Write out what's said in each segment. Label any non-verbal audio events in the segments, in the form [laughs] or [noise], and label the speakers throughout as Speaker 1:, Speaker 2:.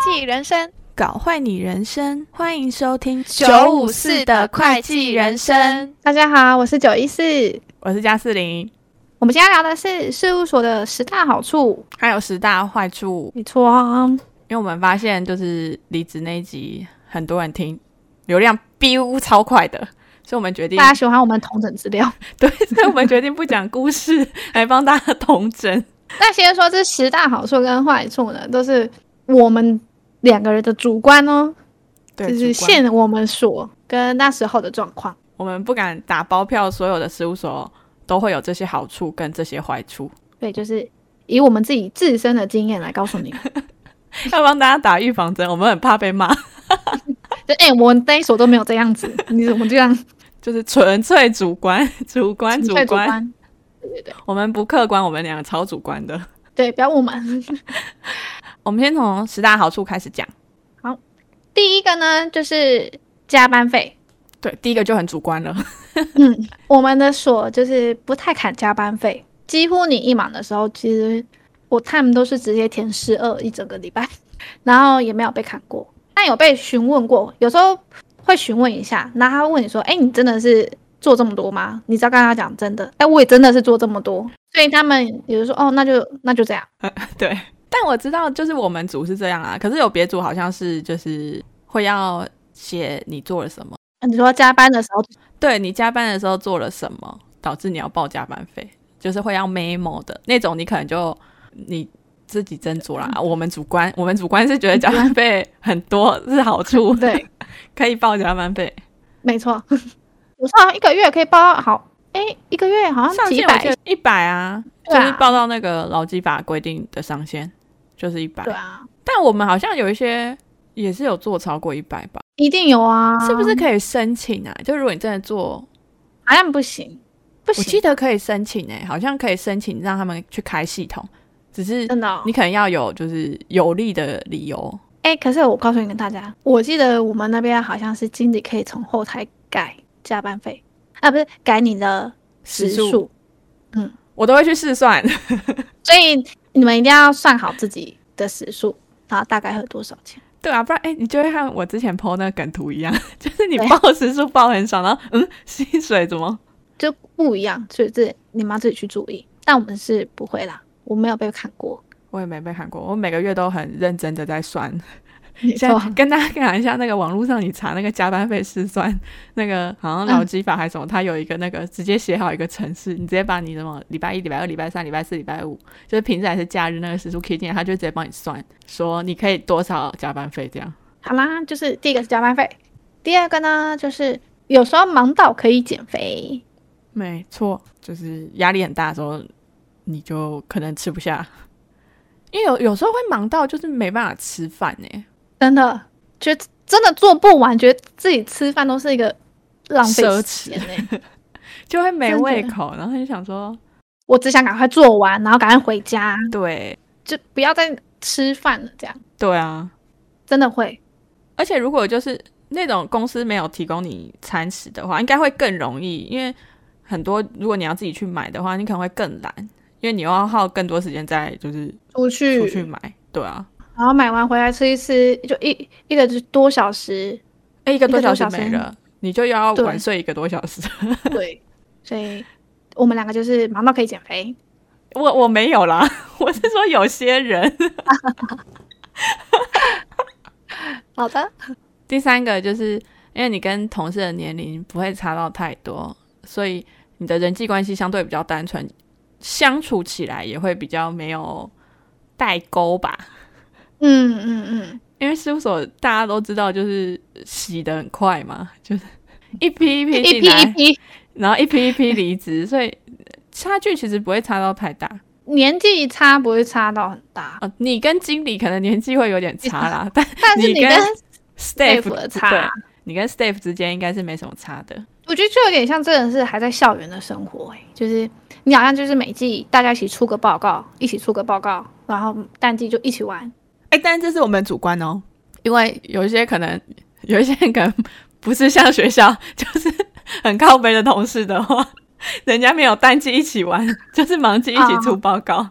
Speaker 1: 计人生
Speaker 2: 搞坏你人生，欢迎收听。。
Speaker 1: 大家好，我是九一四，
Speaker 2: 我是加四零，
Speaker 1: 我们今天聊的是事务所的十大好处。
Speaker 2: 还有十大坏处，
Speaker 1: 没错啊，
Speaker 2: 因为我们发现就是离职那一集很多人听，流量 biu 超快的，所以我们决定
Speaker 1: 大家喜欢我们同整资料。 [laughs]
Speaker 2: 对， [laughs] 所以我们决定不讲故事， [laughs] 来帮大家统整。
Speaker 1: 那先说这十大好处跟坏处呢，都是我们两个人的主观哦，
Speaker 2: 对，
Speaker 1: 就是
Speaker 2: 主观
Speaker 1: 现我们所跟那时候的状况。
Speaker 2: 我们不敢打包票，所有的事务所都会有这些好处跟这些坏处， [laughs]
Speaker 1: 对，就是以我们自己自身的经验来告诉你。 [laughs]
Speaker 2: 要帮大家打预防针，我们很怕被骂。
Speaker 1: 就哎、我们那一所都没有这样子， [laughs] 你怎么这样？
Speaker 2: 就是纯粹主观，主观，
Speaker 1: 纯
Speaker 2: 主
Speaker 1: 粹主
Speaker 2: 观，
Speaker 1: 观。对对对。
Speaker 2: 我们不客观，我们两个超主观 [laughs] 的。
Speaker 1: 对，不要误瞒。
Speaker 2: 我们先从十大好处开始讲。
Speaker 1: 第一个呢，就是加班费。
Speaker 2: 对，第一个就很主观了。
Speaker 1: 嗯，我们的所就是不太砍加班费，几乎你一忙的时候，其实我他们都是直接填十二一整个礼拜， [laughs] 然后也没有被砍过。但有被询问过，有时候会询问一下，然后他会问你说：“哎、你真的是做这么多吗？”你只要跟他讲真的，哎，我也真的是做这么多，所以他们也就说：“哦，那就那就这样。”
Speaker 2: 对， [laughs] 但我知道就是我们组是这样啊，可是有别组好像是就是会要写你做了什么，
Speaker 1: 你说加班的时候
Speaker 2: 对你加班的时候做了什么，导致你要报加班费，就是会要 memo 的那种，你可能就你。自己斟酌啦，我们主观，我们主观是觉得加班费很 [laughs] 多是好处，
Speaker 1: 对，
Speaker 2: 可以报加班费。
Speaker 1: 没错， [laughs] 我好像一个月可以报到好，哎、一个月好像
Speaker 2: 上
Speaker 1: 几
Speaker 2: 限我记
Speaker 1: 百
Speaker 2: 得，一百啊，
Speaker 1: 对啊
Speaker 2: 就是报到那个劳基法规定的上限，就是一百
Speaker 1: 对。啊，
Speaker 2: 但我们好像有一些也是有做超过一百吧，
Speaker 1: 一定有啊，
Speaker 2: 是不是？可以申请啊？就如果你真的做，
Speaker 1: 好像不行，不
Speaker 2: 我记
Speaker 1: 行，啊
Speaker 2: 得可以申请诶、好像可以申请让他们去开系统，只是
Speaker 1: 真的哦、
Speaker 2: 你可能要有就是有利的理由。
Speaker 1: 哎、可是我告诉你跟大家，我记得我们那边好像是经理可以从后台改加班费啊，不是改你的时
Speaker 2: 时
Speaker 1: 数，
Speaker 2: 我都会去试算， [laughs]
Speaker 1: 所以你们一定要算好自己的时数，然后大概会多少钱。
Speaker 2: 对啊，不然哎、你就会和我之前 PO 那个梗图一样， [laughs] 就是你
Speaker 1: 对啊
Speaker 2: 报时数报很少，然后嗯，薪水怎么？
Speaker 1: 就不一样，所以这你们要自己去注意。但我们是不会啦，我没有被砍过，
Speaker 2: 我也没被看过，我每个月都很认真的在算，
Speaker 1: 没
Speaker 2: 现
Speaker 1: 错，
Speaker 2: 在跟大家讲一下，那个网络上你查那个加班费试算，那个好像劳基法还是什么，它有一个那个直接写好一个程式，你直接把你什么礼拜一、礼拜二、礼拜三、礼拜四、礼拜五，就是平时还是假日那个时数 K 进来，它就直接帮你算，说你可以多少加班费这样。
Speaker 1: 好啦，就是第一个是加班费，第二个呢就是有时候忙到可以减肥，
Speaker 2: 没错，就是压力很大的时候，你就可能吃不下，因为有有时候会忙到就是没办法吃饭欸呢、
Speaker 1: 真的觉得真的做不完，觉得自己吃饭都是一个浪费
Speaker 2: 奢
Speaker 1: 时间欸呢、
Speaker 2: 就会没
Speaker 1: 真的
Speaker 2: 胃口，然后就想说，
Speaker 1: 我只想赶快做完，然后赶快回家，
Speaker 2: 对
Speaker 1: 就不要再吃饭了，这样
Speaker 2: 对啊，
Speaker 1: 真的会。
Speaker 2: 而且如果就是那种公司没有提供你餐食的话，应该会更容易，因为很多如果你要自己去买的话，你可能会更懒，因为你又要耗更多时间在就是
Speaker 1: 出去，
Speaker 2: 出去买。对啊，
Speaker 1: 然后买完回来吃一吃，就一一个多小时，
Speaker 2: 哎，一个多
Speaker 1: 一个
Speaker 2: 小
Speaker 1: 多
Speaker 2: 时
Speaker 1: 小时
Speaker 2: 没了，你就要
Speaker 1: 对
Speaker 2: 晚睡一个多小时。
Speaker 1: [laughs] 对，所以我们两个就是忙到可以减肥，
Speaker 2: 我我没有啦， [laughs] 我是说有些人。
Speaker 1: 好的，
Speaker 2: 第三个就是因为你跟同事的年龄不会差到太多，所以你的人际关系相对比较单纯，相处起来也会比较没有代沟吧。
Speaker 1: 嗯嗯嗯，
Speaker 2: 因为事务所大家都知道，就是洗的很快嘛， [laughs] 就是一批一批
Speaker 1: 一
Speaker 2: 进
Speaker 1: 批
Speaker 2: 来，
Speaker 1: 一批。
Speaker 2: 然后一批一批离职，所以差距其实不会差到太大。
Speaker 1: 年纪差不会差到很大，
Speaker 2: 哦，你跟经理可能年纪会有点差啦，
Speaker 1: [laughs]
Speaker 2: 但
Speaker 1: 但是
Speaker 2: 你
Speaker 1: 你
Speaker 2: 跟
Speaker 1: 跟
Speaker 2: staff
Speaker 1: 的差
Speaker 2: 对，你跟 staff 之间应该是没什么差的。
Speaker 1: 我觉得就有点像真的是还在校园的生活、欸，就是你好像就是每季大家一起出个报告，一起出个报告，然后淡季就一起玩。
Speaker 2: 哎，但这是我们主观哦，因为有一些可能，有一些可能不是像学校，就是很靠背的同事的话，人家没有单机一起玩，就是忙季一起
Speaker 1: 哦
Speaker 2: 出报告。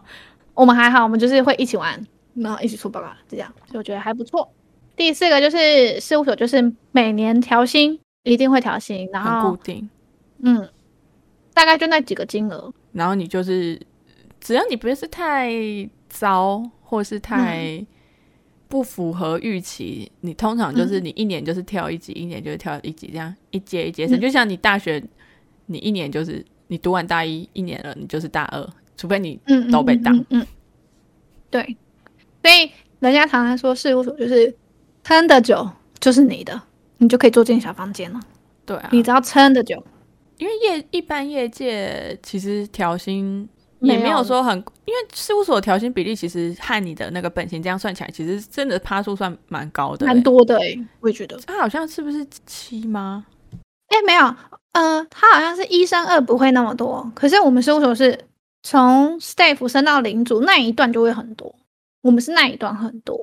Speaker 1: 我们还好，我们就是会一起玩，然后一起出报告，这样，所以我觉得还不错。第四个就是事务所，就是每年调薪，一定会调薪，然
Speaker 2: 很
Speaker 1: 后
Speaker 2: 固定。
Speaker 1: 嗯，大概就那几个金额，
Speaker 2: 然后你就是，只要你不是太糟，或是太不符合预期，你通常就是你一年就是跳一级，一年就是跳一级，这样一阶一阶升。
Speaker 1: 嗯
Speaker 2: 就像你大学，你一年就是你读完大一一年了，你就是大二，除非你
Speaker 1: 嗯，
Speaker 2: 都被当
Speaker 1: 嗯嗯嗯嗯对，所以人家常常说事务所就是撑得久就是你的，你就可以住进小房间了。
Speaker 2: 对啊，
Speaker 1: 你只要撑得久，
Speaker 2: 因为业一般业界其实调薪
Speaker 1: 没
Speaker 2: 也
Speaker 1: 有
Speaker 2: 没有说很，因为事务所调薪比例其实和你的那个本薪这样算起来，其实真的趴数算蛮高的、欸，
Speaker 1: 蛮多的哎、我也觉得。
Speaker 2: 它好像是不是七吗？
Speaker 1: 哎、没有，呃，他好像是一升二不会那么多，可是我们事务所是从 staff 升到领主那一段就会很多，我们是那一段很多。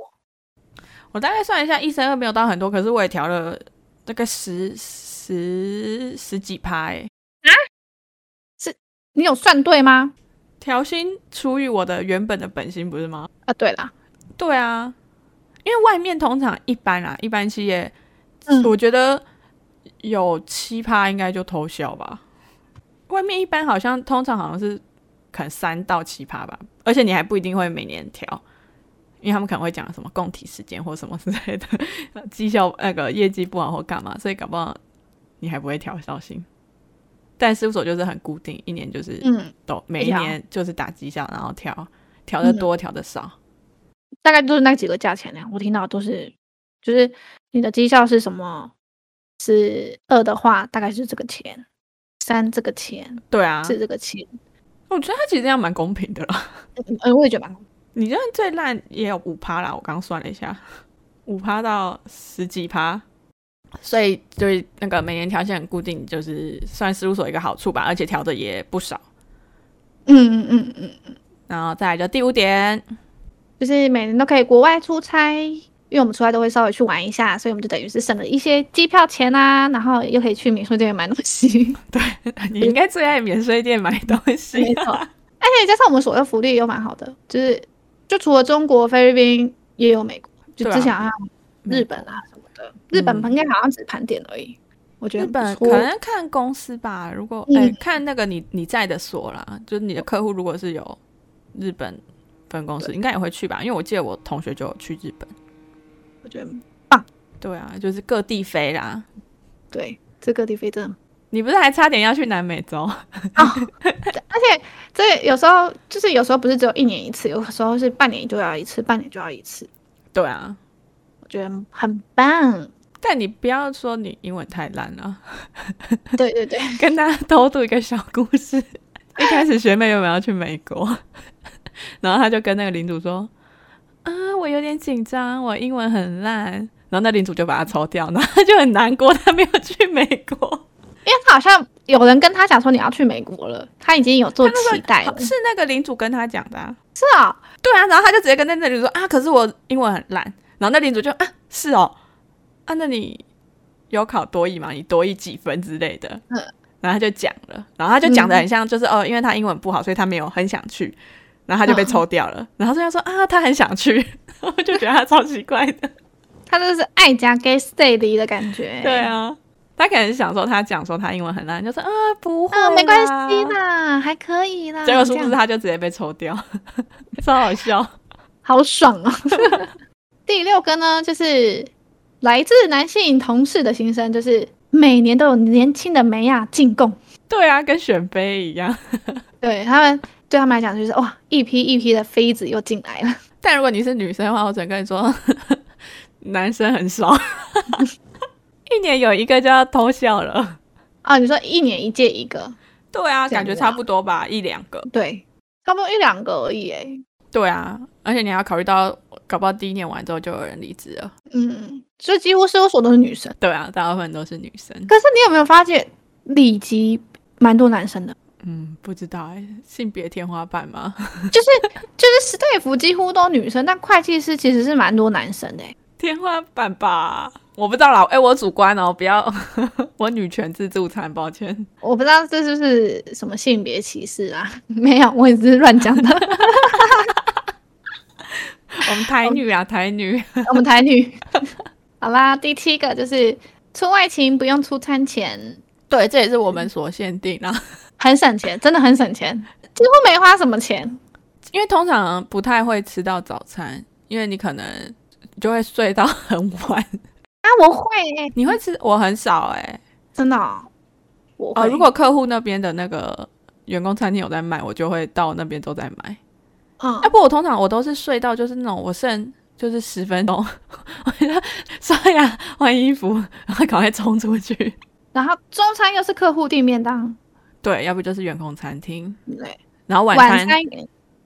Speaker 2: 我大概算一下，一升二没有到很多，可是我也调了大概十十十几趴、欸。
Speaker 1: 你有算对吗？
Speaker 2: 调薪除以我的原本的本薪不是吗？
Speaker 1: 啊，对啦，
Speaker 2: 对啊，因为外面通常一般啊，一般企业，
Speaker 1: 嗯
Speaker 2: 我觉得有七趴应该就偷笑吧。外面一般好像通常好像是可能三到七趴吧，而且你还不一定会每年调，因为他们可能会讲什么供体时间或什么之类的， [laughs] 绩效那个业绩不好或干嘛，所以搞不好你还不会调绍薪。但事务所就是很固定，一年就是
Speaker 1: 嗯，
Speaker 2: 都每一
Speaker 1: 调
Speaker 2: 年就是打绩效，然后调调的
Speaker 1: 嗯
Speaker 2: 多，调的少。
Speaker 1: 大概就是那几个价钱量，我听到都是，就是你的绩效是什么？是二的话，大概是这个钱；三这个钱，
Speaker 2: 对啊，
Speaker 1: 四这个钱。
Speaker 2: 我觉得他其实这样蛮公平的啦。 [laughs]
Speaker 1: 嗯，呃我也觉得蛮公平
Speaker 2: 你这样最烂也有五趴啦，我刚算了一下，五趴到十几趴，所以对那个每年调薪很固定，就是算事务所一个好处吧，而且调的也不少。
Speaker 1: 嗯嗯嗯嗯，
Speaker 2: 然后再来就第五点， [laughs]
Speaker 1: 就是每年都可以国外出差，因为我们出差都会稍微去玩一下，所以我们就等于是省了一些机票钱啊，然后又可以去免税店买东 [laughs] 西。
Speaker 2: 你应该最爱免税店买东西啊
Speaker 1: 没。错，而且加上我们所有福利又蛮好的，就是就除了中国、菲律宾，也有美国，就
Speaker 2: 对啊
Speaker 1: 之前好像日本啊什么的，日本应该好像只盘点而已，我觉得
Speaker 2: 日本
Speaker 1: 很不错
Speaker 2: 可能看公司吧，如果
Speaker 1: 嗯
Speaker 2: 哎、看那个你你在的所啦，就是你的客户如果是有日本分公司，应该也会去吧，因为我记得我同学就有去日本。
Speaker 1: 我觉得
Speaker 2: 对啊，就是各地飞啦。
Speaker 1: 对这个地方真的
Speaker 2: 你不是还差点要去南美洲？
Speaker 1: 这有时候就是有时候不是只有一年一次，有时候是半年就要一次，半年就要一次，
Speaker 2: [laughs] 对啊，
Speaker 1: 我觉得很棒。
Speaker 2: 但你不要说你英文太烂了，
Speaker 1: [laughs] 对对对，
Speaker 2: [laughs] 跟大家偷渡一个小故 [laughs] 事。一开始学妹原本要去美国， [laughs] 然后她就跟那个领主说：“啊，我有点紧张，我英文很烂。”然后那领主就把她抽掉，然后她就很难过，她没有去美国。
Speaker 1: 因为他好像有人跟他讲说你要去美国了，他已经有做
Speaker 2: 她那时候
Speaker 1: 期待了，
Speaker 2: 是那个领主跟她讲的、啊。
Speaker 1: 是啊，
Speaker 2: 对啊，然后他就直接跟那领主说啊，可是我英文很烂。然后那领主就啊，是哦，啊，那你有考多译吗？你多译几分之类的？
Speaker 1: 嗯
Speaker 2: 然后他就讲了，然后他就讲的很像，就是、哦，因为他英文不好，所以他没有很想去，然后他就被抽掉了。
Speaker 1: 哦
Speaker 2: 然后所以他说啊，他很想去，我就觉得他超奇怪
Speaker 1: [laughs]
Speaker 2: 的。
Speaker 1: 他就是爱加 gay stay 离的感觉。
Speaker 2: 对啊，他可能是想说他讲说他英文很烂，就说啊不会、
Speaker 1: 啊，没关系。啦，还可以啦。
Speaker 2: 结果殊
Speaker 1: 这
Speaker 2: 不知
Speaker 1: 样
Speaker 2: 他就直接被抽掉， [laughs] 超好笑。
Speaker 1: 好爽
Speaker 2: [laughs]
Speaker 1: 啊！第六个呢，就是来自男性同事的心声，就是每年都有年轻的美亚进贡，
Speaker 2: 对啊，跟选妃一样。
Speaker 1: 对他们对他们来讲就是哇，一批一批的妃子又进来了。
Speaker 2: 但如果你是女生的话，我只能跟你说， [laughs] 男生很少， [laughs] 一年有一个就要偷笑了。
Speaker 1: 啊，你说一年一届一个，
Speaker 2: 对啊，
Speaker 1: 这样
Speaker 2: 感觉
Speaker 1: 子啊
Speaker 2: 差不多吧，一两个。
Speaker 1: 对，差不多一两个而已诶、
Speaker 2: 对啊，而且你还要考虑到，搞不好第一年完之后就有人离职了。
Speaker 1: 嗯，所以几乎事务所都是女生。
Speaker 2: 对啊，大部分都是女生。
Speaker 1: 可是你有没有发现，里级蛮多男生的，
Speaker 2: 嗯，不知道哎、性别天花板吗？
Speaker 1: 就是史蒂夫几乎都女生，但会计师其实是蛮多男生的欸、
Speaker 2: [laughs] 天花板吧，我不知道啦。哎、我主观哦，不要， [laughs] 我女权自助餐，抱歉。
Speaker 1: 我不知道这是不是什么性 [laughs] 别歧视啊？没有，我也是乱讲的。
Speaker 2: 我们台女啊，台女，
Speaker 1: 我们台女。 [laughs] 好啦，第七个就是出外勤不用出餐钱，
Speaker 2: 对，这也是 [laughs] 我们所限定啊。
Speaker 1: 很省钱，真的很省钱，几乎没花什么钱。
Speaker 2: 因为通常不太会吃到早餐，因为你可能就会睡到很晚。
Speaker 1: 啊，我会欸、
Speaker 2: 你会吃？我很少哎、
Speaker 1: 真的哦、我
Speaker 2: 哦，
Speaker 1: 会
Speaker 2: 如果客户那边的那个员工餐厅有在卖，我就会到那边都在买。
Speaker 1: 嗯
Speaker 2: 啊，不，我通常我都是睡到就是那种我剩就是十分钟， [laughs] 我就刷牙换衣服，然后赶快冲出去。
Speaker 1: 然后中餐又是客户订便当，
Speaker 2: 对，要不就是员工餐厅，
Speaker 1: 对，
Speaker 2: 然后晚
Speaker 1: 晚
Speaker 2: 餐
Speaker 1: 餐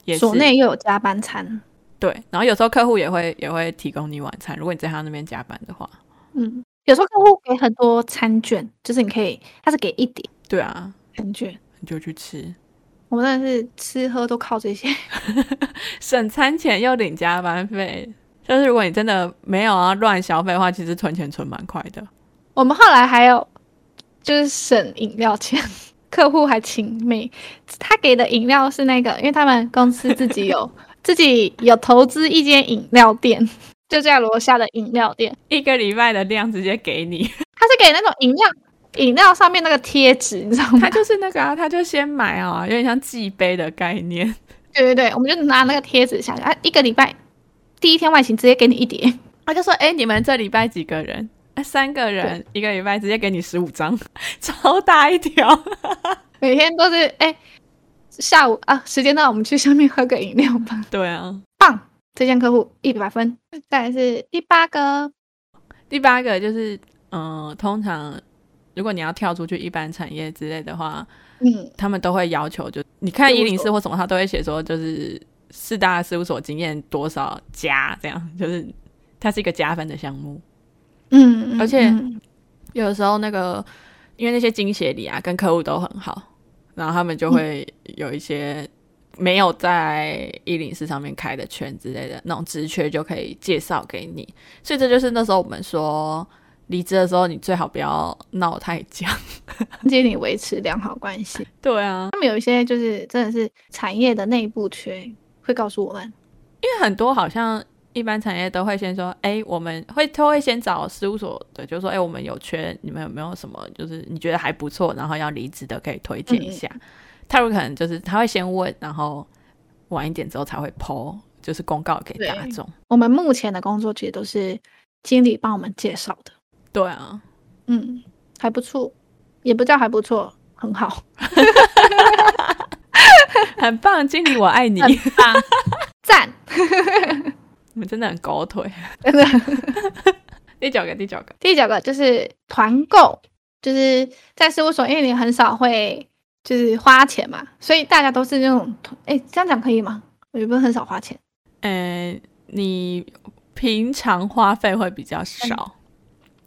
Speaker 2: 也是
Speaker 1: 所内又有加班餐，
Speaker 2: 对，然后有时候客户也会也会提供你晚餐，如果你在他那边加班的话。
Speaker 1: 嗯，有时候客户给很多餐券，就是你可以，他是给一点
Speaker 2: 对啊，
Speaker 1: 餐券，
Speaker 2: 你就去吃，
Speaker 1: 我们真的是吃喝都靠这些， [laughs]
Speaker 2: 省餐钱又领加班费。就是如果你真的没有要乱消费的话，其实存钱存蛮快的。
Speaker 1: 我们后来还有就是省饮料钱，客户还请每他给的饮料是那个，因为他们公司自己
Speaker 2: [laughs]
Speaker 1: 有自己有投资一间饮料店，就在楼下的饮料店，
Speaker 2: 一个礼拜的量直接给你，
Speaker 1: 他是给那种饮料饮料上面那个贴纸，你知道吗
Speaker 2: [laughs] 他？就是那个啊，他就先买啊，有点像寄杯的概念。
Speaker 1: 对对对，我们就拿那个贴纸下去，啊，一个礼拜第一天外勤直接给你一叠，
Speaker 2: 他就说：“哎、你们这礼拜几个人？哎、三个人，一个礼拜直接给你十五张， [laughs] 超大一条。
Speaker 1: 每天都是哎、下午啊时间到，我们去下面喝个饮料吧，”
Speaker 2: [laughs]
Speaker 1: [laughs]
Speaker 2: 对啊，
Speaker 1: 棒！推荐客户一百分。再来是第八个，
Speaker 2: 第八个就是，嗯、通常如果你要跳出去一般产业之类的话，
Speaker 1: 嗯，
Speaker 2: 他们都会要求就，你看
Speaker 1: 事
Speaker 2: 一
Speaker 1: 务
Speaker 2: 零
Speaker 1: 所
Speaker 2: 四或什么，他都会写说，就是四大事务所经验多少加，这样就是它是一个加分的项目。
Speaker 1: 嗯，
Speaker 2: 而且
Speaker 1: 嗯
Speaker 2: 有的时候那个，因为那些经协理啊，跟客户都很好，然后他们就会
Speaker 1: 嗯
Speaker 2: 有一些没有在一零四上面开的圈之类的那种职缺，就可以介绍给你。所以这就是那时候我们说，离职的时候你最好不要闹太僵。
Speaker 1: 建议你维持良好关系。
Speaker 2: 对啊，
Speaker 1: 他们有一些就是真的是产业的内部缺，会告诉我们。
Speaker 2: 因为很多好像一般产业都会先说，哎、我们会都会先找事务所的，就说，哎、我们有缺，你们有没有什么就是你觉得还不错，然后要离职的可以推荐一下。
Speaker 1: 嗯
Speaker 2: 他有可能就是他会先问，然后晚一点之后才会 PO，就是公告给
Speaker 1: 对
Speaker 2: 大众。
Speaker 1: 我们目前的工作其实都是经理帮我们介绍的，
Speaker 2: 对啊，
Speaker 1: 嗯，还不错，也不叫还不错，很好。
Speaker 2: 很棒，经理我爱 [laughs] 你，
Speaker 1: 赞， [laughs]
Speaker 2: 你们真的很狗腿。
Speaker 1: 真的。
Speaker 2: 第九个，第九个，
Speaker 1: 第九个就是团购，就是在事务所，因为你很少会就是花钱嘛，所以大家都是那种团，哎，这样讲可以吗？我觉得很少花钱，
Speaker 2: 嗯、你平常花费会比较少。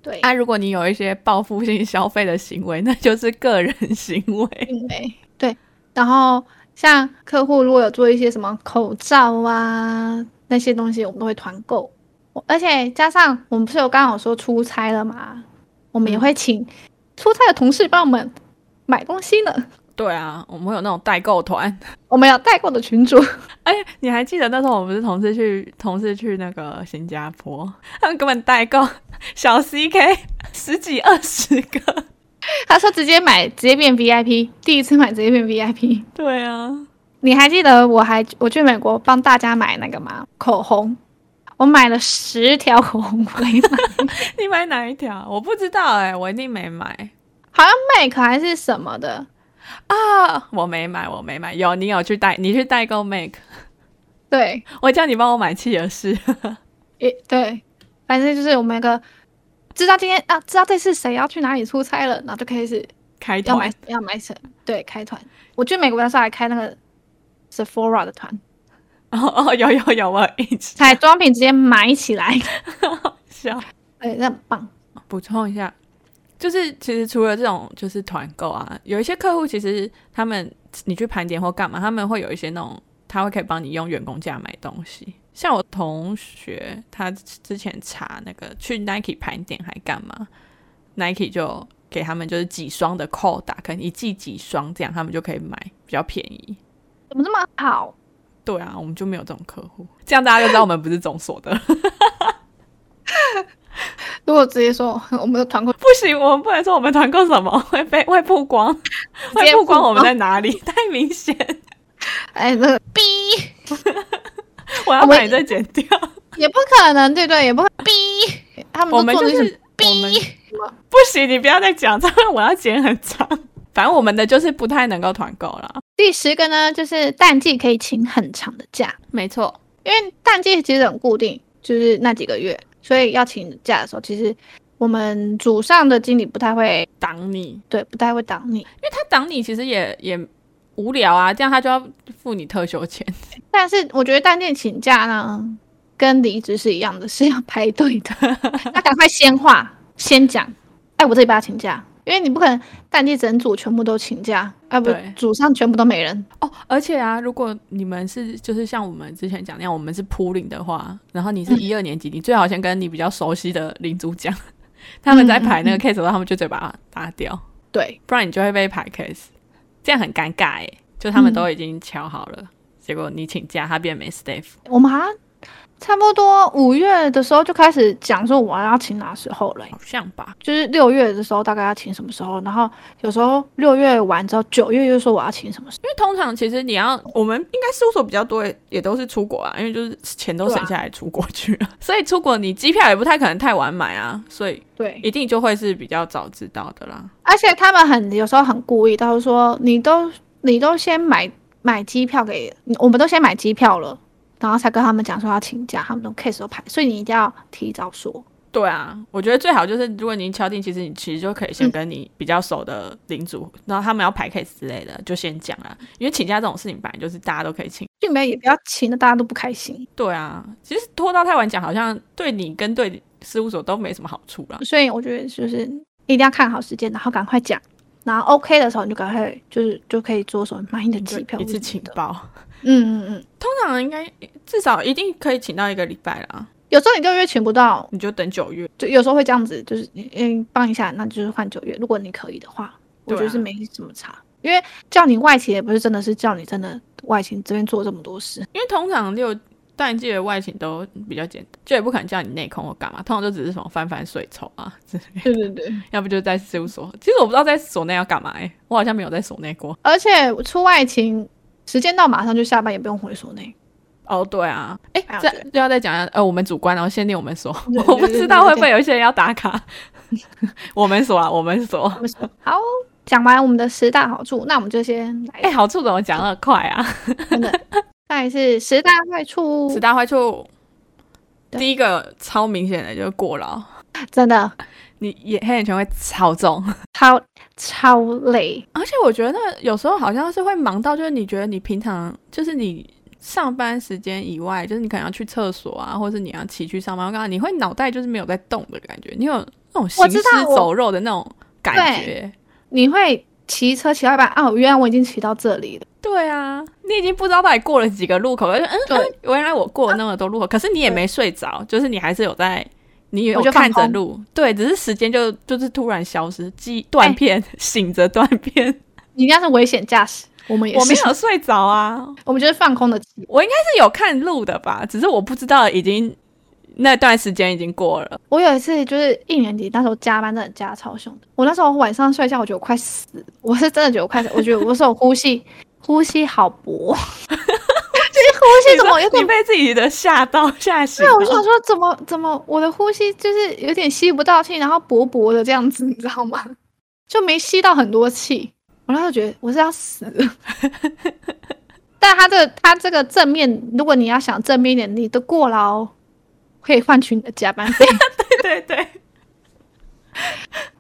Speaker 1: 对，
Speaker 2: 啊，如果你有一些报复性消费的行为，那就是个人行为。
Speaker 1: 并没对。然后像客户如果有做一些什么口罩啊那些东西，我们都会团购。我而且加上我们不是有刚刚有说出差了嘛，我们也
Speaker 2: 嗯
Speaker 1: 会请出差的同事帮我们买东西呢。
Speaker 2: 对啊，我们会有那种代购团。 [laughs]
Speaker 1: 我们有代购的群主，
Speaker 2: 哎，你还记得那时候我们是同事去同事去那个新加坡，他们根本代购 [laughs] 小 CK [laughs] 十几二十个。 [laughs]
Speaker 1: 他说直接买，直接变 VIP，第一次买直接变 VIP。
Speaker 2: 对啊，
Speaker 1: 你还记得我还我去美国帮大家买那个吗？口红，我买了十条口红回 [laughs] 来，
Speaker 2: 你买哪一条？我不知道哎、我一定没买
Speaker 1: 好像 Make 还是什么的，
Speaker 2: 啊，我没买，我没买。有你有去代，你去代购 Make，
Speaker 1: 对，
Speaker 2: 我叫你帮我买契尔氏。
Speaker 1: 也对，反正就是我们有个知道今天啊，知道这次谁要去哪里出差了，然后就开始
Speaker 2: 开
Speaker 1: 要买
Speaker 2: 团
Speaker 1: 要买什对开团。我去美国的时候还开那个 Sephora 的团，
Speaker 2: [laughs] 哦哦，有有有，我有印象
Speaker 1: 彩妆品直接买起 [laughs] 来，
Speaker 2: 笑。
Speaker 1: 哎，那很棒。
Speaker 2: 补充一下，就是其实除了这种就是团购啊，有一些客户其实他们你去盘点或干嘛，他们会有一些那种他会可以帮你用员工价买东西。像我同学，他之前查那个去 Nike 盘点还干嘛，Nike 就给他们就是几双的扣打，可能一季几双这样，他们就可以买比较便宜。
Speaker 1: 怎么这么好？
Speaker 2: 对啊，我们就没有这种客户，这样大家就知道我们不是总所的。
Speaker 1: 如果直接说 [laughs] 我们的团购，
Speaker 2: 不行，我们不能说我们团购什么，会被会曝光，会
Speaker 1: 接
Speaker 2: 曝光
Speaker 1: 曝
Speaker 2: 我们在哪里， [laughs] 太明显。
Speaker 1: 哎，那个逼
Speaker 2: 我要
Speaker 1: 我
Speaker 2: 把
Speaker 1: 们
Speaker 2: 你再剪掉。
Speaker 1: 也不可能，对不对？也不会逼，他们
Speaker 2: [laughs] 我
Speaker 1: 都
Speaker 2: 们
Speaker 1: 做
Speaker 2: 就
Speaker 1: 那
Speaker 2: 是
Speaker 1: 些
Speaker 2: 我们
Speaker 1: 逼什么
Speaker 2: 不行，你不要再讲，这样我要剪很 [laughs] 长。反正我们的就是不太能够团购啦。
Speaker 1: 第十个呢，就是淡季可以请很长的假，
Speaker 2: 没错，
Speaker 1: 因为淡季其实很固定，就是那几个月，所以要请假的时候，其实我们组上的经理不太会，
Speaker 2: 挡你，因
Speaker 1: 对，不太会挡你。
Speaker 2: 为他挡你其实也也无聊啊，这样他就要付你特休钱。
Speaker 1: 但是我觉得淡季请假呢，跟离职是一样的，是要排队
Speaker 2: [laughs]
Speaker 1: 的。那赶快先画，先讲，哎，我这礼拜要请假，因为你不可能淡季整组全部都请假，啊不
Speaker 2: 对，
Speaker 1: 组上全部都没人。
Speaker 2: 哦，而且啊，如果你们是就是像我们之前讲那样，我们是铺领的话，然后你是一二年级，你最好先跟你比较熟悉的领主讲， [laughs] 他们在排那个 case 的时候，他们就直接把它打掉，
Speaker 1: 对，
Speaker 2: 不然你就会被排 case，这样很尴尬哎、就他们都已经瞧好了，结果你请假，他变没 staff。
Speaker 1: 我们好像差不多五月的时候就开始讲说我要请哪时候了、
Speaker 2: 好像吧，
Speaker 1: 就是六月的时候大概要请什么时候，然后有时候六月完之后，九月又说我要请什么时候。
Speaker 2: 因为通常其实你要，我们应该事务所比较多，也都是出国啊，因为就是钱都省下来出国去了， [laughs] 所以出国你机票也不太可能太晚买啊，所以
Speaker 1: 对，
Speaker 2: 一定就会是比较早知道的啦。
Speaker 1: 而且他们很有时候很故意，他会说你都你都先买买机票给，我们都先买机票了，然后才跟他们讲说要请假，他们都 case 都排，所以你一定要提早说。
Speaker 2: 对啊，我觉得最好就是，如果您敲定，其实你其实就可以
Speaker 1: 嗯
Speaker 2: 先跟你比较熟的领主，然后他们要排 case 之类的，就先讲啦。因为请假这种事情本来就是大家都可以请。
Speaker 1: 并没有也不要请的大家都不开心，
Speaker 2: 对啊，其实拖到太晚讲，好像对你跟对事务所都没什么好处啦。
Speaker 1: 所以我觉得就是一定要看好时间，然后赶快讲，然后 OK 的时候你就赶快就是就可以着手买你的机票
Speaker 2: 就一次
Speaker 1: 什么
Speaker 2: 请
Speaker 1: 的。
Speaker 2: 包，
Speaker 1: 嗯嗯嗯，
Speaker 2: 通常应该至少一定可以请到一个礼拜啦，
Speaker 1: 有时候你六月请不到，
Speaker 2: 你就等九月。
Speaker 1: 就有时候会这样子，就是嗯帮一下，那就是换九月，如果你可以的话，我
Speaker 2: 对啊
Speaker 1: 觉得是没什么差。因为叫你外勤也不是真的是叫你真的外勤这边做这么多
Speaker 2: [laughs]
Speaker 1: 事，
Speaker 2: 因为通常六淡季的外勤都比较简单，就也不可能叫你内控或干嘛，通常就只是什么翻翻水抽啊之类的
Speaker 1: 对对对，
Speaker 2: 要不就在事务所。其实我不知道在所内要干嘛、欸，我好像没有在所内过。
Speaker 1: 而且出外勤时间到马上就下班，也不用回所内，
Speaker 2: 哦，对啊，哎、
Speaker 1: 哎呀
Speaker 2: 这
Speaker 1: 对
Speaker 2: 又要再讲一下，呃，我们主观，然后限定我们所，
Speaker 1: 对
Speaker 2: [laughs] 我不
Speaker 1: 对对
Speaker 2: 知道
Speaker 1: 对对
Speaker 2: 会不会有一些人要打卡。 [laughs] 我们所啊，我们所，
Speaker 1: 好，讲完我们的十大好处，那我们就先来
Speaker 2: 哎、好处怎么讲那么快啊？
Speaker 1: 真的。再来是十大坏处
Speaker 2: 十，大坏处，
Speaker 1: 对
Speaker 2: 第一个超明显的就是过劳，
Speaker 1: 真的
Speaker 2: 你眼黑眼圈会超重，
Speaker 1: 超超累。
Speaker 2: 而且我觉得有时候好像是会忙到，就是你觉得你平常就是你上班时间以外，就是你可能要去厕所啊，或是你要骑去上班，我刚刚你会脑袋就是没有在动的感觉，你有那种行
Speaker 1: 我知
Speaker 2: 尸
Speaker 1: 道我
Speaker 2: 走肉的那种感觉。
Speaker 1: 你会骑车骑到一半，哦，原来我已经骑到这里了。
Speaker 2: 对啊，你已经不知道到底过了几个路口，而且嗯，
Speaker 1: 对
Speaker 2: 嗯原来我过了那么多路口，可是你也
Speaker 1: 对
Speaker 2: 没睡着，就是你还是有在，你有
Speaker 1: 我就放
Speaker 2: 看着
Speaker 1: 空
Speaker 2: 路，对，只是时间就就是突然消失，记
Speaker 1: 哎
Speaker 2: 断片，醒着断片，
Speaker 1: 你那是危险驾驶，我们也是，
Speaker 2: 我没有睡着啊，
Speaker 1: 我们就是放空的骑。
Speaker 2: 我应该是有看路的吧，只是我不知道已经那段时间已经过了。
Speaker 1: 我有一次就是一年级那时候加班真的加超凶的，我那时候晚上睡觉，我觉得我快死了，我是真的觉得我快死，我觉得我是我呼吸呼吸好薄， [laughs] 就是呼吸怎么有
Speaker 2: 你
Speaker 1: 点。
Speaker 2: 被自己的吓到吓醒
Speaker 1: 对，我就
Speaker 2: [laughs] 了？
Speaker 1: 想说，怎么怎么我的呼吸就是有点吸不到气，然后薄薄的这样子，你知道吗？就没吸到很多气，我那时候觉得我是要死了。但他这个他这个正面，如果你要想正面一点，你的过劳可以换取你的加班费。 [laughs]
Speaker 2: 对对，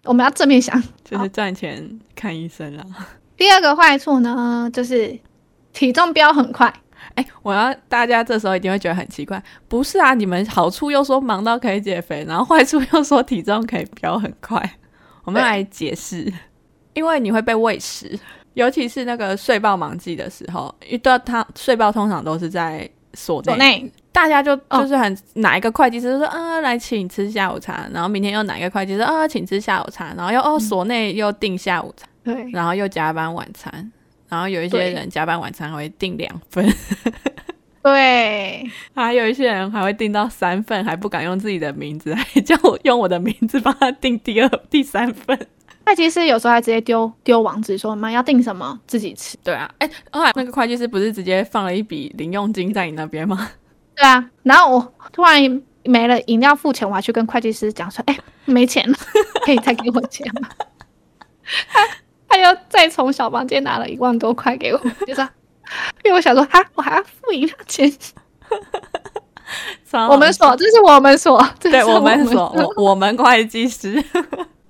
Speaker 1: 我们要正面想。
Speaker 2: 就是赚钱看医生啊啦。
Speaker 1: 第二个坏处呢，就是体重飙很快。
Speaker 2: 哎、我要大家这时候一定会觉得很奇怪，不是啊？你们好处又说忙到可以减肥，然后坏处又说体重可以飙很快。我们
Speaker 1: 对
Speaker 2: 来解释，因为你会被喂食，尤其是那个睡爆忙季的时候，因为到他睡爆通常都是在所
Speaker 1: 左
Speaker 2: 内
Speaker 1: 内
Speaker 2: 大家就
Speaker 1: 哦
Speaker 2: 就是很、哪一个会计师就说啊，来请吃下午茶，然后明天又哪一个会计师啊，请吃下午茶，然后又
Speaker 1: 嗯
Speaker 2: 哦，所内又订下午茶，
Speaker 1: 对，
Speaker 2: 然后又加班晚餐，然后有一些
Speaker 1: 对
Speaker 2: 人加班晚餐还会订两份，
Speaker 1: 对，
Speaker 2: [laughs] 还有一些人还会订到三份，还不敢用自己的名字，还叫我用我的名字帮他订第二、第三份。
Speaker 1: 会计师有时候还直接丢丢网址说你们要订什么自己吃。
Speaker 2: 对啊，哎，后来那个会计师不是直接放了一笔零用金在你那边
Speaker 1: [laughs]
Speaker 2: 吗？
Speaker 1: 对啊，然后我突然没了饮料付钱，我还去跟会计师讲说，哎、没钱了， [laughs] 可以再给我钱吗？ [laughs] 他他又再从小房间拿了一万多块给我，就说，因为我想说，哈，我还要付饮料钱，
Speaker 2: 超好
Speaker 1: 我们所，这是我们所，这
Speaker 2: 哦对
Speaker 1: 是
Speaker 2: 我们所
Speaker 1: [laughs] 所，
Speaker 2: 我我们会计师，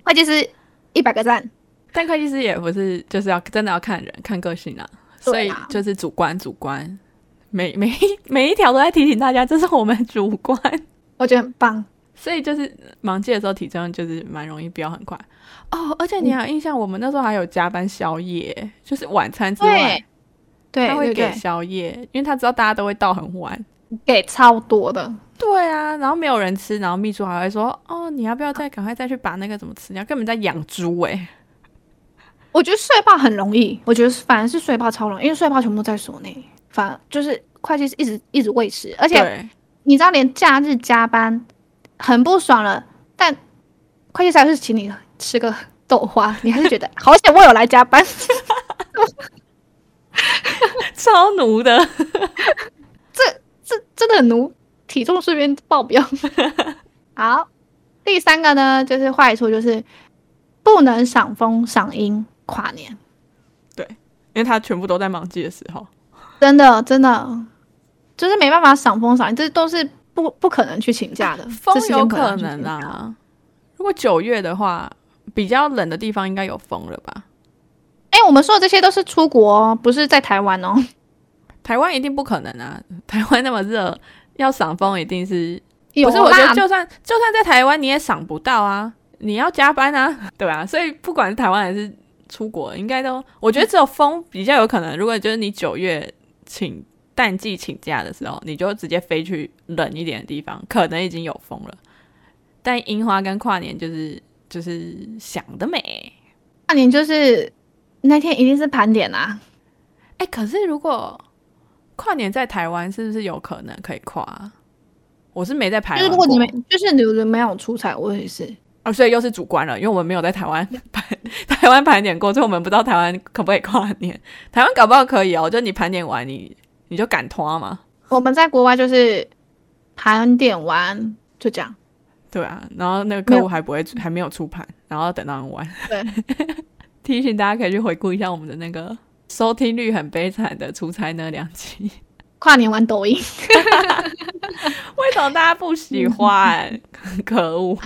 Speaker 1: 会计师一百个赞，
Speaker 2: 但会计师也不是就是要真的要看人看个性啊，所
Speaker 1: 对
Speaker 2: 以
Speaker 1: 啊
Speaker 2: 就是主观主观，每 [laughs] 每一每一条都在提醒大家，这是我们主观。 [laughs]
Speaker 1: 我觉得很棒。
Speaker 2: 所以就是忙季的时候，体重就是蛮容易飙很快哦。而且你还有印象，我们那时候还有加班宵夜，就是晚餐之外
Speaker 1: 对，，对
Speaker 2: 他会
Speaker 1: 对
Speaker 2: 给
Speaker 1: 对，
Speaker 2: 宵夜，因为他知道大家都会到很晚。
Speaker 1: 给超多的，
Speaker 2: 对啊，然后没有人吃，然后秘书还会说：“哦，你要不要再赶快再去把那个怎么吃掉？根本在养猪哎、
Speaker 1: 我觉得税报很容易，我觉得反而是税报超容易，因为税报全部在所内，反而就是会计师一直一直喂食，而且
Speaker 2: 对，
Speaker 1: 你知道连假日加班很不爽了，但会计师还是请你吃个豆花，你还是觉
Speaker 2: [laughs]
Speaker 1: 得好险我有来加班，
Speaker 2: 超奴的。 [laughs]
Speaker 1: 这真的很奴，体重顺便爆表。 [laughs] 好，第三个呢就是坏处就是不能赏枫赏樱跨年，
Speaker 2: 因为他全部都在忙季的时候，
Speaker 1: 真的真的就是没办法赏枫赏樱，这都是。不不可能去请假的，
Speaker 2: 啊风
Speaker 1: 这时间
Speaker 2: 有
Speaker 1: 不
Speaker 2: 可
Speaker 1: 去
Speaker 2: 能
Speaker 1: 请假
Speaker 2: 啊。如果九月的话，比较冷的地方应该有风了吧？
Speaker 1: 哎、我们说的这些都是出国、哦，不是在台湾哦。
Speaker 2: 台湾一定不可能啊！台湾那么热，要赏风一定是
Speaker 1: 有
Speaker 2: 不是？我觉得
Speaker 1: 啦
Speaker 2: 就算就算在台湾你也赏不到啊，你要加班啊， [laughs] 对啊，所以不管是台湾还是出国，应该都我觉得只有风比较有可能。如果就是你九月请淡季请假的时候，你就直接飞去冷一点的地方，可能已经有风了。但樱花跟跨年就是就是想得美。
Speaker 1: 那你就是那天一定是盘点啊，
Speaker 2: 哎、可是如果跨年在台湾，是不是有可能可以跨啊？我是没在排
Speaker 1: 就
Speaker 2: 完过，
Speaker 1: 是如果你们就是你们没有出差，我也是。
Speaker 2: 哦，所以又是主观了，因为我们没有在台
Speaker 1: [laughs]
Speaker 2: 湾盘台湾盘点过，所以我们不知道台湾可不可以跨年。台湾搞不好可以哦，就你盘点完你你就敢拖嘛，
Speaker 1: 我们在国外就是盘点完就这样，
Speaker 2: 对啊，然后
Speaker 1: 没
Speaker 2: 那个客
Speaker 1: 有
Speaker 2: 户还不会出还没有出盘，然后等到很晚。
Speaker 1: 对，
Speaker 2: 提醒大家可以去回顾一下我们的那个收听率很悲惨的出差那两集，
Speaker 1: 跨年玩抖音。
Speaker 2: 为什么大家不
Speaker 1: [laughs]
Speaker 2: 喜欢？可恶！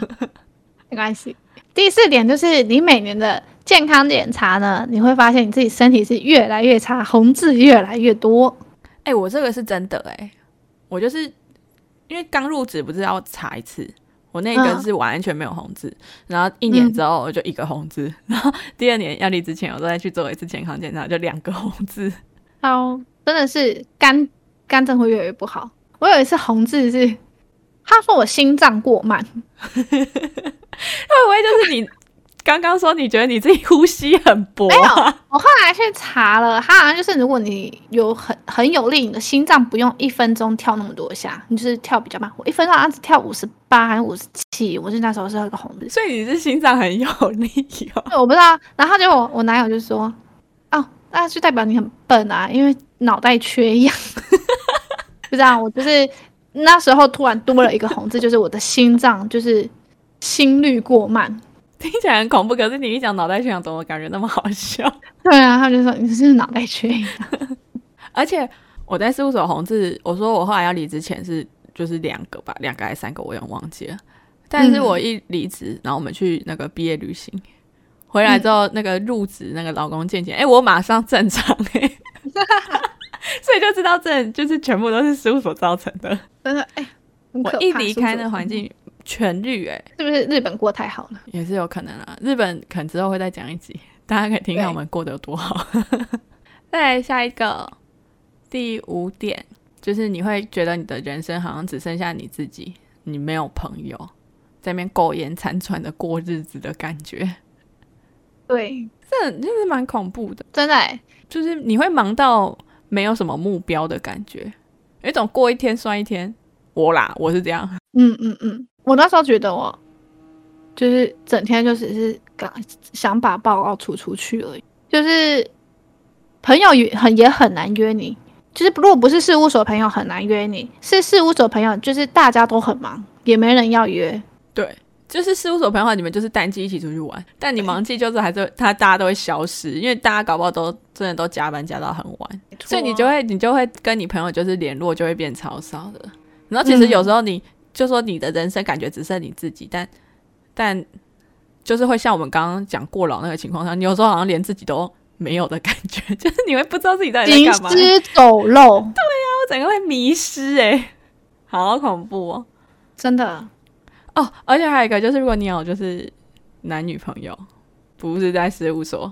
Speaker 1: 没关系。第四点就是你每年的健康检查呢，你会发现你自己身体是越来越差，红字越来越多。
Speaker 2: 哎、我这个是真的哎、我就是因为刚入职不是要查一次，我那个
Speaker 1: 嗯
Speaker 2: 是完全没有红字，然后一年之后我就一个红字， [laughs] 然后第二年要离职前我都再去做一次健康检查，就两个红字， [laughs]
Speaker 1: 哦，真的是肝肝症会越来越不好。我有一次红字是，他说我心脏过慢，
Speaker 2: 会不会就是你刚刚说你觉得你自己呼吸很薄
Speaker 1: 没有 [laughs]
Speaker 2: 啊？
Speaker 1: 我后来去查了，它好像就是如果你有很很有力，你的心脏不用一分钟跳那么多下，你就是跳比较慢。我一分钟好像只跳五十八还是五十七，我是那时候是一个红字，
Speaker 2: [laughs] 所以你是心脏很有力哦。 [laughs]
Speaker 1: 对我不知道。然后结果我我男友就说：“哦，那就代表你很笨啊，因为脑袋缺氧。” [laughs] 就这样，我就是那时候突然多了一个红字，就是我的心脏就是心率过慢。
Speaker 2: 听起来很恐怖，可是你一讲脑袋缺氧，怎么感觉那么好笑？
Speaker 1: 对啊，他就说你是不是脑袋缺氧。
Speaker 2: 而且我在事务所红字，我说我后来要离职前是就是两个吧，两个还是三个，我有点忘记了。但是我一离职，然后我们去那个毕业旅行，回来之后、那个入职那个劳工健检，哎、我马上正常哎、所以就知道这就是全部都是事务所造成的。
Speaker 1: [laughs] 真的哎、很可
Speaker 2: 我一
Speaker 1: 怕
Speaker 2: 离
Speaker 1: 是不是
Speaker 2: 开那个环境，
Speaker 1: 嗯
Speaker 2: 全绿哎、
Speaker 1: 是不是日本过太好了？
Speaker 2: 也是有可能啊。日本可能之后会再讲一集， [laughs] 大家可以听看我们过得有多好。 [laughs] 再来下一个，第五点就是你会觉得你的人生好像只剩下你自己，你没有朋友，在那边苟延残喘的过日子的感觉，
Speaker 1: 对，
Speaker 2: 这就是蛮恐怖的。
Speaker 1: 真的、欸，
Speaker 2: 就是你会忙到没有什么目标的感觉，有一种过一天算一天。我啦，我是这样，
Speaker 1: 嗯嗯嗯，我那时候觉得我就是整天就只是刚想把报告出出去而已，就是朋友也很也很难约你，就是如果不是事务所朋友很难约你，是事务所朋友就是大家都很忙，也没人要约。
Speaker 2: 对，就是事务所朋友的话，你们就是淡季一起出去玩，但你忙季就是还是会他大家都会消失，因为大家搞不好都真的都加班加到很晚，
Speaker 1: 啊
Speaker 2: 所以你就会你就会跟你朋友就是联络就会变超少的。然后其实有时候你、就说你的人生感觉只剩你自己，但但就是会像我们刚刚讲过劳那个情况下，你有时候好像连自己都没有的感觉， [laughs] 就是你会不知道自己到底在
Speaker 1: 行
Speaker 2: 干嘛，我
Speaker 1: 尸走肉，
Speaker 2: 整个会迷失哎、好恐怖哦。
Speaker 1: 真的
Speaker 2: 哦，而且还有一个就是，如果你有就是男女朋友，不是在事务所，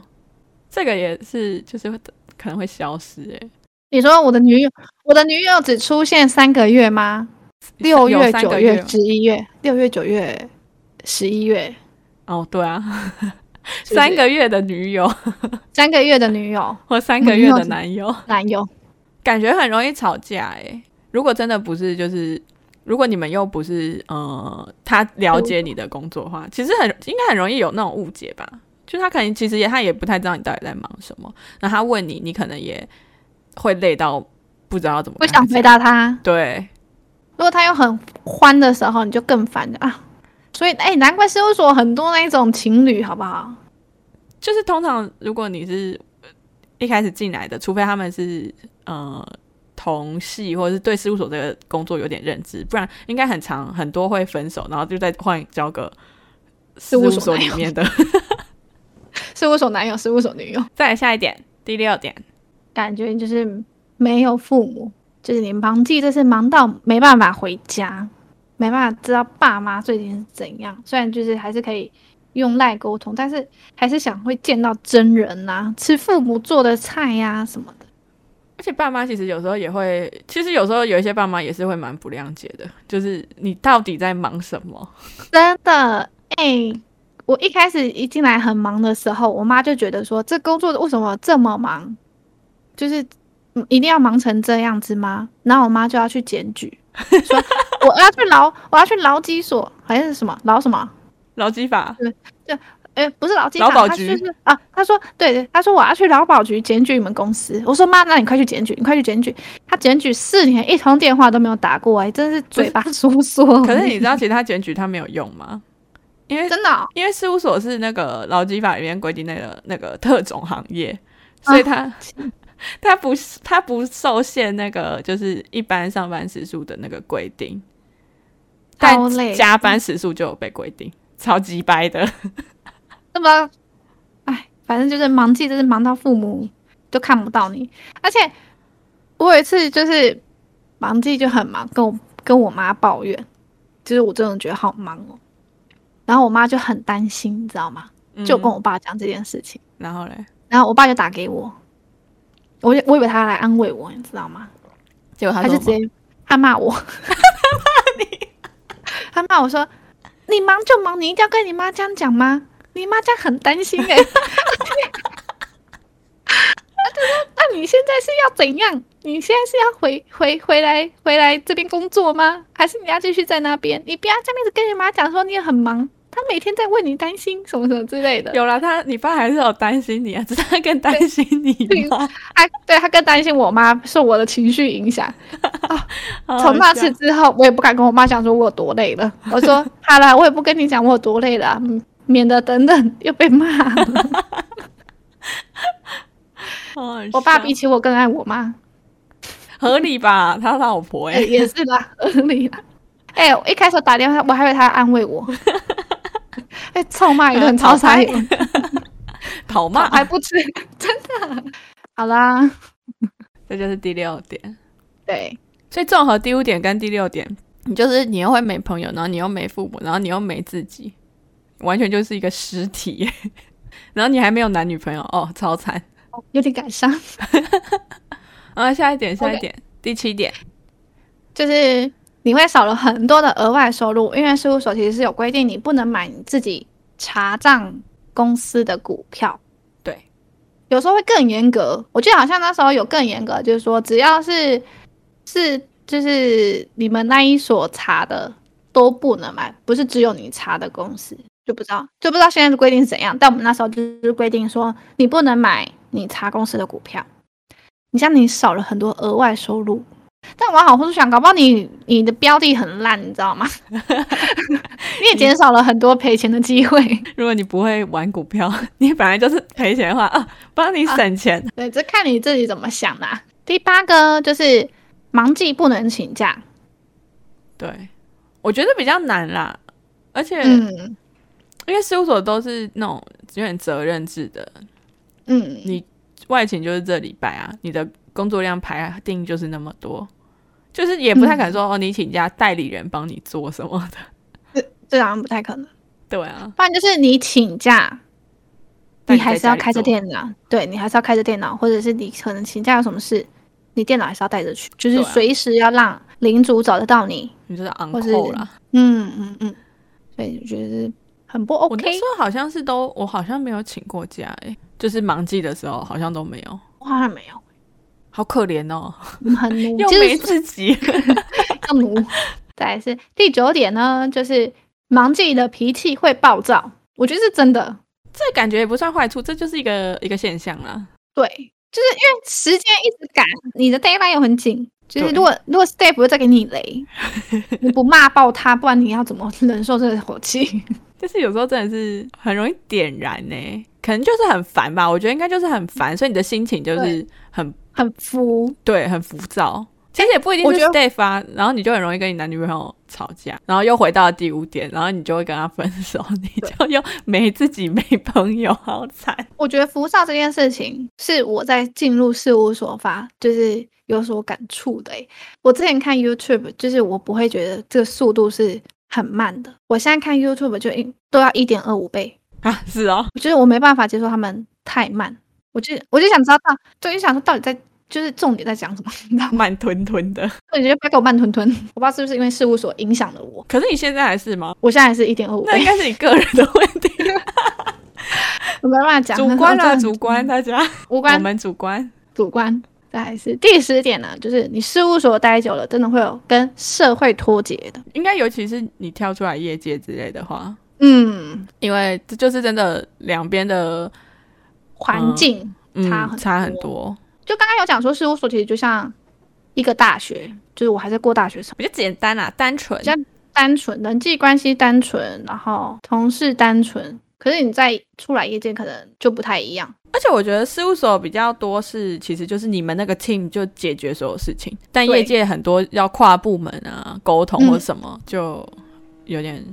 Speaker 2: 这个也是就是会可能会消失哎、
Speaker 1: 你说我的女友，我的女友只出现三个月吗？六
Speaker 2: 有
Speaker 1: 月、
Speaker 2: 三
Speaker 1: 九
Speaker 2: 个
Speaker 1: 月
Speaker 2: 吗、
Speaker 1: 十一月，六月、九月、十一月，
Speaker 2: 哦，对啊，
Speaker 1: 是
Speaker 2: 三个月的女友
Speaker 1: 三个月的女友、
Speaker 2: 或三个月
Speaker 1: 嗯
Speaker 2: 的男友，
Speaker 1: 男友，
Speaker 2: 感觉很容易吵架哎、如果真的不是就是。如果你们又不是呃，他了解你的工作的话，其实很应该很容易有那种误解吧？就他可能其实也他也不太知道你到底在忙什么，那他问你，你可能也会累到不知道怎
Speaker 1: 不
Speaker 2: 么跟他
Speaker 1: 想
Speaker 2: 讲
Speaker 1: 回答他。
Speaker 2: 对，
Speaker 1: 如果他又很欢的时候，你就更烦了啊。所以，哎、难怪事务所很多那种情侣，好不好？
Speaker 2: 就是通常如果你是呃一开始进来的，除非他们是呃同系或者是对事务所这个工作有点认知，不然应该很长很多会分手，然后就再换交个事务
Speaker 1: 务
Speaker 2: 所
Speaker 1: 所
Speaker 2: 里面的。 [laughs]
Speaker 1: 事务所男友、事务所女友，
Speaker 2: 再来下一点，第六点，
Speaker 1: 感觉就是没有父母，就是你忙季，就是忙到没办法回家，没办法知道爸妈最近是怎样。虽然就是还是可以用赖沟通，但是还是想会见到真人呐、吃父母做的菜呀、什么的。
Speaker 2: 而且爸妈其实有时候也会，其实有时候有一些爸妈也是会蛮不谅解的，就是你到底在忙什么？
Speaker 1: 真的，哎、我一开始一进来很忙的时候，我妈就觉得说，这工作为什么这么忙，就是嗯一定要忙成这样子吗？然后我妈就要去检举，说我要去劳， [laughs] 我要去劳基所还是什么劳什么？
Speaker 2: 劳基法
Speaker 1: 哎、不是劳基法，
Speaker 2: 劳保
Speaker 1: 她
Speaker 2: 局
Speaker 1: 就是啊，她说对对，她说我要去劳保局检举你们公司。我说妈，那你快去检举，你快去检举。她检举四年，一通电话都没有打过来，哎真是嘴巴收缩。
Speaker 2: 可是你知道，其实他检举他没有用吗？因为
Speaker 1: 真的哦、
Speaker 2: 因为事务所是那个劳基法里面规定那个那个特种行业，
Speaker 1: 哦
Speaker 2: 所以他、他不是他不受限那个就是一般上班时数的那个规定，但
Speaker 1: 超累
Speaker 2: 加班时数就有被规定，超级掰的。
Speaker 1: 那么，哎，反正就是忙季，就是忙到父母就看不到你。而且我有一次就是忙季就很忙，跟我跟我妈抱怨，就是我真的觉得好忙哦。然后我妈就很担心，你知道吗？就哦跟
Speaker 2: 嗯、
Speaker 1: 我爸讲这件事情，
Speaker 2: 然后嘞，
Speaker 1: 然后我爸就打给我，我就我以为他来安慰我，你知道吗？
Speaker 2: 结果他
Speaker 1: 他就
Speaker 2: 说
Speaker 1: 直接他骂我， [laughs] 他骂你，他骂我说你忙就忙，你一定要跟你妈这样讲吗？你妈这样很担心哎、欸。他 [laughs] 就说那你现在是要怎样？你现在是要回回回来回来这边工作吗？还是你要继续在那边？你不要这样一直跟你妈讲说你也很忙，她每天在为你担心什么什么之类的。
Speaker 2: 有了他，你爸还是有担心你啊， [laughs] 只是他更担心你妈。
Speaker 1: 哎，对她更担心我妈受我的情绪影响，
Speaker 2: 好好
Speaker 1: 从那
Speaker 2: 笑
Speaker 1: 次之后，我也不敢跟我妈讲说我有多累了。我说好了，我也不跟你讲我有多累了啊、嗯免得等等又被骂。
Speaker 2: 好好
Speaker 1: 我爸
Speaker 2: 笑
Speaker 1: 比起我更爱我妈，
Speaker 2: 合理吧？他老婆哎、
Speaker 1: 哎也是啦，合理啦。哎、我一开始打电话，我还以为他安慰我，哎、臭骂一顿，超傻眼，
Speaker 2: 讨骂，
Speaker 1: 还不吃， [laughs] 真的。好啦，
Speaker 2: 这就是第六点。
Speaker 1: 对，
Speaker 2: 所以综合第五点跟第六点，你就是你又会没朋友，然后你又没父母，然后你又没自己，完全就是一个尸体 [laughs] 耶。然后你还没有男女朋友，哦，超惨。
Speaker 1: 有点感伤，
Speaker 2: 然后下一点，下一
Speaker 1: OK
Speaker 2: 点第七点，
Speaker 1: 就是你会少了很多的额外收入，因为事务所其实是有规定，你不能买你自己查账公司的股票。
Speaker 2: 对，
Speaker 1: 有时候会更严格。我记得好像那时候有更严格，就是说只要是是就是你们那一所查的都不能买，不是只有你查的公司就不知道，就不知道现在的规定是怎样。但我们那时候就是规定说，你不能买你查公司的股票，你像你少了很多额外收入。但往好处想，搞不好你你的标的很烂，你知 [laughs] 道吗？你也减少了很多赔钱的机会。
Speaker 2: 如果你不会玩股票， [laughs] 你本来就是赔钱的话啊，帮你省钱。
Speaker 1: 对，这看你自己怎么想啦、第八个就是忙季不能请假。
Speaker 2: 对，我觉得比较难啦，而且、
Speaker 1: 嗯
Speaker 2: 因为事务所都是那种有点责任制的，
Speaker 1: 嗯，
Speaker 2: 你外勤就是这礼拜啊，你的工作量排定就是那么多，就是也不太敢说、
Speaker 1: 嗯
Speaker 2: 哦，你请假代理人帮你做什么的。
Speaker 1: 这好像不太可能。
Speaker 2: 对
Speaker 1: [laughs]
Speaker 2: 啊，
Speaker 1: 不然就是你请假，
Speaker 2: 但
Speaker 1: 你
Speaker 2: 在
Speaker 1: 还是要
Speaker 2: 家里
Speaker 1: 开着
Speaker 2: 做
Speaker 1: 电脑，对你还是要开着电脑，或者是你可能请假有什么事，你电脑还是要带着去，就是
Speaker 2: 对啊
Speaker 1: 随时要让领主找得到你。
Speaker 2: 你就是昂
Speaker 1: 或是
Speaker 2: 扣啦。
Speaker 1: 嗯嗯嗯，所以我觉得是很不
Speaker 2: 我
Speaker 1: OK
Speaker 2: 那。时候好像是都，我好像没有请过假、欸，就是忙季的时候好像都没有，
Speaker 1: 我好像没有，
Speaker 2: 好可怜哦，
Speaker 1: 我们 [laughs] 很努，
Speaker 2: 又
Speaker 1: 就
Speaker 2: 没
Speaker 1: 是
Speaker 2: 自己。 [laughs]
Speaker 1: 要努。 [laughs] 再来是第九点呢，就是忙季的脾气会暴躁，我觉得是真的。
Speaker 2: 这感觉也不算坏处，这就是一个一个现象啦。
Speaker 1: 对，就是因为时间一直赶，你的 deadline 又很紧，就是
Speaker 2: 对
Speaker 1: 如果如果 staff 会再给你
Speaker 2: [laughs]
Speaker 1: 雷，你不骂爆他，不然你要怎么 [laughs] 忍受这个火气？ [laughs]
Speaker 2: 但是有时候真的是很容易点燃呢、可能就是很烦吧。我觉得应该就是很烦，所以你的心情就是很
Speaker 1: 很敷，
Speaker 2: 对很浮躁。其实也不一定
Speaker 1: 我
Speaker 2: 是
Speaker 1: 觉得
Speaker 2: staff 啊，然后你就很容易跟你男女朋友吵架，然后又回到第五点，然后你就会跟他分手，你就又没自己没朋友，好惨。
Speaker 1: 我觉得浮躁这件事情是我在进入事务所发，就是有所感触的欸、我之前看 YouTube，就是我不会觉得这个速度是很慢的，我现在看 YouTube 就一都要一点二五倍，
Speaker 2: 啊，是哦，
Speaker 1: 就是我没办法接受他们太慢。我就我就想知道到，就就想说到底在就是重点在讲什么， [laughs] 你知道吗？
Speaker 2: 慢吞吞的。
Speaker 1: 我觉得不要给我慢吞吞，我不知道是不是因为事务所影响了我，
Speaker 2: 可是你现在还是吗？
Speaker 1: 我现在还是一点二五
Speaker 2: 那
Speaker 1: 倍，
Speaker 2: 应该是你个人的问题，啊
Speaker 1: 我没办法讲。
Speaker 2: 主观啦，
Speaker 1: 真的
Speaker 2: 主观，大家，
Speaker 1: 无
Speaker 2: 我
Speaker 1: 关
Speaker 2: 们主观。
Speaker 1: 主观。再来是第十点呢，就是你事务所待久了，真的会有跟社会脱节的。
Speaker 2: 应该尤其是你跳出来业界之类的话，
Speaker 1: 嗯，
Speaker 2: 因为这就是真的两边的、
Speaker 1: 环
Speaker 2: 嗯
Speaker 1: 境、
Speaker 2: 嗯、
Speaker 1: 差很
Speaker 2: 差很
Speaker 1: 多
Speaker 2: 多，
Speaker 1: 就刚刚有讲说，事务所其实就像一个大学，就是我还在过大学生，
Speaker 2: 比较简单啦，单纯
Speaker 1: 比较单纯人际关系单纯，然后同事单纯。可是你在出来业界可能就不太一样。
Speaker 2: 而且我觉得事务所比较多是，其实就是你们那个 team 就解决所有事情，但
Speaker 1: 对
Speaker 2: 业界很多要跨部门啊、沟通
Speaker 1: 嗯
Speaker 2: 或什么，就有点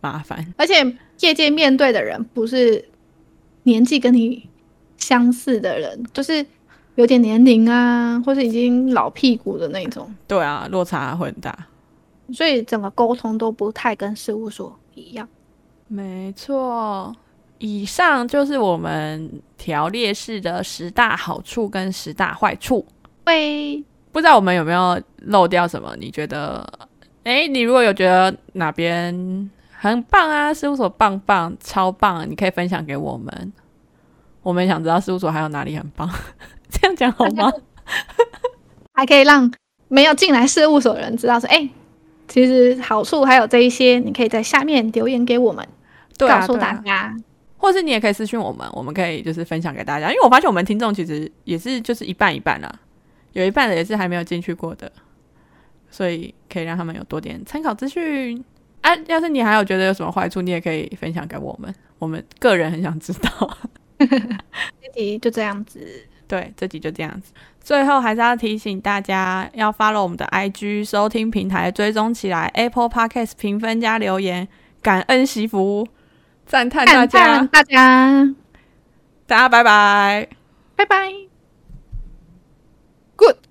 Speaker 2: 麻烦。
Speaker 1: 而且业界面对的人不是年纪跟你相似的人，就是有点年龄啊，或是已经老屁股的那种，
Speaker 2: 对啊，落差会很大。
Speaker 1: 所以整个沟通都不太跟事务所一样。
Speaker 2: 没错，以上就是我们条列式的十大好处跟十大坏处。
Speaker 1: 喂，
Speaker 2: 不知道我们有没有漏掉什么？你觉得？哎，你如果有觉得哪边很棒啊，事务所棒棒，超棒，你可以分享给我们。我们也想知道事务所还有哪里很棒， [laughs] 这样讲好
Speaker 1: [laughs]
Speaker 2: 吗？
Speaker 1: 还可以让没有进来事务所的人知道说，哎、其实好处还有这一些，你可以在下面留言给我们，
Speaker 2: 对啊，
Speaker 1: 告诉
Speaker 2: 对
Speaker 1: 大
Speaker 2: 啊，
Speaker 1: 家。
Speaker 2: 或是你也可以私信我们，我们可以就是分享给大家。因为我发现我们听众其实也是就是一半一半啦，有一半的也是还没有进去过的，所以可以让他们有多点参考资讯。啊，要是你还有觉得有什么坏处，你也可以分享给我们，我们个人很想知道。
Speaker 1: 这集就这样子，
Speaker 2: 对，这集就这样子。最后还是要提醒大家，要 follow 我们的 IG 收听平台，追踪起来，Apple Podcast 评分加留言，感恩惜福，赞叹大
Speaker 1: 看
Speaker 2: 家，
Speaker 1: 看大家，
Speaker 2: 大家拜拜。
Speaker 1: 拜拜，Good。